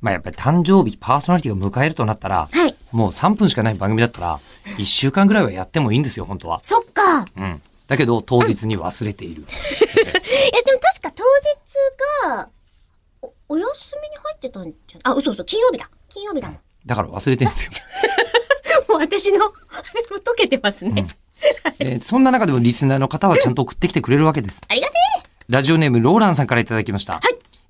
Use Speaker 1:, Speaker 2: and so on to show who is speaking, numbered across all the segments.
Speaker 1: まあやっぱり誕生日パーソナリティを迎えるとなったら、
Speaker 2: はい。
Speaker 1: もう3分しかない番組だったら、1週間ぐらいはやってもいいんですよ、本当は。
Speaker 2: そっか。
Speaker 1: うん。だけど、当日に忘れている。
Speaker 2: え、でも確か当日が、お、お休みに入ってたんじゃ、あ、嘘嘘、金曜日だ。金曜日だもん。
Speaker 1: だから忘れてるんですよ。
Speaker 2: もう私の、溶けてますね。
Speaker 1: えーそんな中でもリスナーの方はちゃんと送ってきてくれるわけです。
Speaker 2: ありがてえ
Speaker 1: ラジオネーム、ローランさんからいただきました。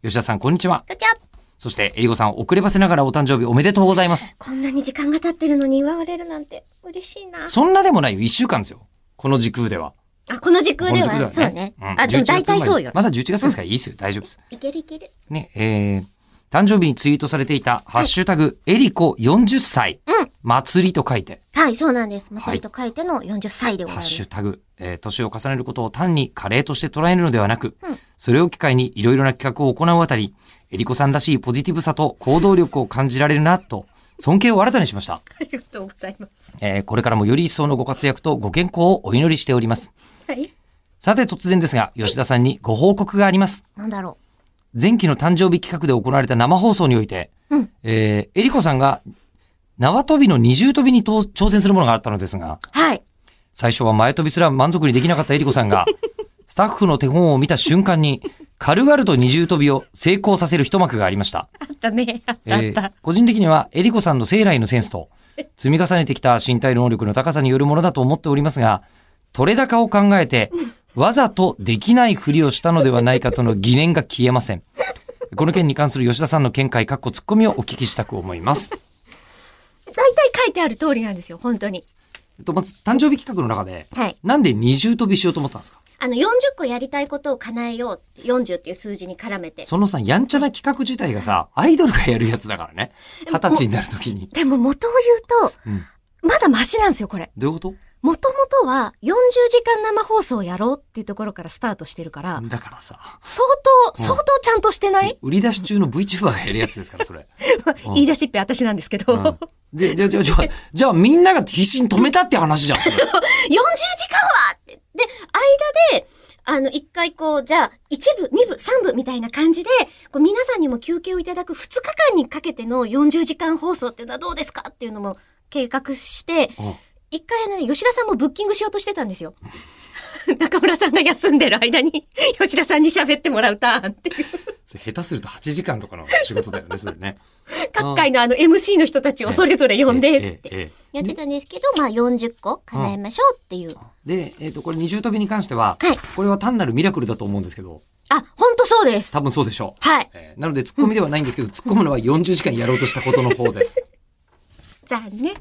Speaker 1: 吉田さん、こんにちは。
Speaker 2: ガチャ
Speaker 1: そして、えりごさん、遅ればせながらお誕生日おめでとうございます。
Speaker 2: こんなに時間が経ってるのに祝われるなんて嬉しいな。
Speaker 1: そんなでもないよ、1週間ですよ。この時空では。
Speaker 2: あ、この時空で
Speaker 1: この
Speaker 2: は、
Speaker 1: 時
Speaker 2: そう
Speaker 1: 空
Speaker 2: ね。
Speaker 1: ん
Speaker 2: あ、で
Speaker 1: 11
Speaker 2: も
Speaker 1: 月
Speaker 2: 大体そうよ。
Speaker 1: まだ11月ですから、いいですよ、大丈夫です。
Speaker 2: いけるいける。
Speaker 1: ね、えー、誕生日にツイートされていた、ハッシュタグ、えりこ40歳、
Speaker 2: うん
Speaker 1: 祭りと書いて、
Speaker 2: はい、そうなんです。祭りと書いての40歳でござい
Speaker 1: ハ
Speaker 2: ま
Speaker 1: ッシ
Speaker 2: す
Speaker 1: ュ。タグ、えー年を重ねることを単にカレーとして捉えるのではなく、それを機会にいろいろな企画を行うあたり、えりこさんらしいポジティブさと行動力を感じられるな、と、尊敬を新たにしました。
Speaker 2: ありがとうございます。
Speaker 1: えーこれからもより一層のご活躍とご健康をお祈りしております。
Speaker 2: はい。
Speaker 1: さて突然ですが、吉田さんにご報告があります。
Speaker 2: なんだろ
Speaker 1: 前期の誕生日企画で行われた生放送において、
Speaker 2: うん
Speaker 1: えー、えりこさんが縄跳びの二重跳びにと挑戦するものがあったのですが、
Speaker 2: う。はい。
Speaker 1: 最初は前跳びすら満足にできなかったえりこさんが、スタッフの手本を見た瞬間に、軽々と二重跳びを成功させる一幕がありました。
Speaker 2: あったね。 あっ
Speaker 1: えー個人的には、えりこさんの生来のセンスと、積み重ねてきた身体能力の高さによるものだと思っておりますが、取れ高を考えて、わざとできないふりをしたのではないかとの疑念が消えません。この件に関する吉田さんの見解、かっこツッコミをお聞きしたく思います。
Speaker 2: 大体書いてある通りなんですよ、本当に。
Speaker 1: えっと、まず、誕生日企画の中で、
Speaker 2: はい
Speaker 1: なんで二重跳びしようと思ったんですか
Speaker 2: あの、40個やりたいことを叶えようって、40っていう数字に絡めて。
Speaker 1: そのさ、やんちゃな企画自体がさ、アイドルがやるやつだからね。
Speaker 2: も
Speaker 1: 二十歳になるときに。
Speaker 2: でも元を言うと、まだマシなんですよ、これ。
Speaker 1: どういうこと
Speaker 2: もともとは40時間生放送をやろうっていうところからスタートしてるから、
Speaker 1: だからさ、
Speaker 2: 相当、相当ちゃんとしてない、
Speaker 1: 売り出し中の VTuber がやるやつですから、それ。ん
Speaker 2: 言い出しっぺ私なんですけど、
Speaker 1: うんで、
Speaker 2: 40時
Speaker 1: じゃあ、じゃあ、じゃあ、じゃあみんなが必死に止めたって話じゃん、 それ。
Speaker 2: 間はってで、間で、あの、一回こう、じゃあ、一部、二部、三部みたいな感じで、こう皆さんにも休憩をいただく2日間にかけての40時間放送っていうのはどうですかっていうのも計画して、一回あのね、吉田さんもブッキングしようとしてたんですよ。 中村さんが休んでる間に、吉田さんに喋ってもらうターンっていう。
Speaker 1: それ下手すると8時間とかの仕事だ よね、それね。
Speaker 2: 各界のあの MC の人たちをそれぞれ呼んでって
Speaker 1: えええ
Speaker 2: やってたんですけど、まあ40個叶えましょうっていう。
Speaker 1: で、えっ、と、これ二重跳びに関しては、
Speaker 2: はい
Speaker 1: これは単なるミラクルだと思うんですけど、
Speaker 2: あ、ほんとそうです。
Speaker 1: 多分そうでしょう。
Speaker 2: はい。
Speaker 1: えーなので、突っ込みではないんですけど、突っ込むのは40時間やろうとしたことの方です。
Speaker 2: 残念。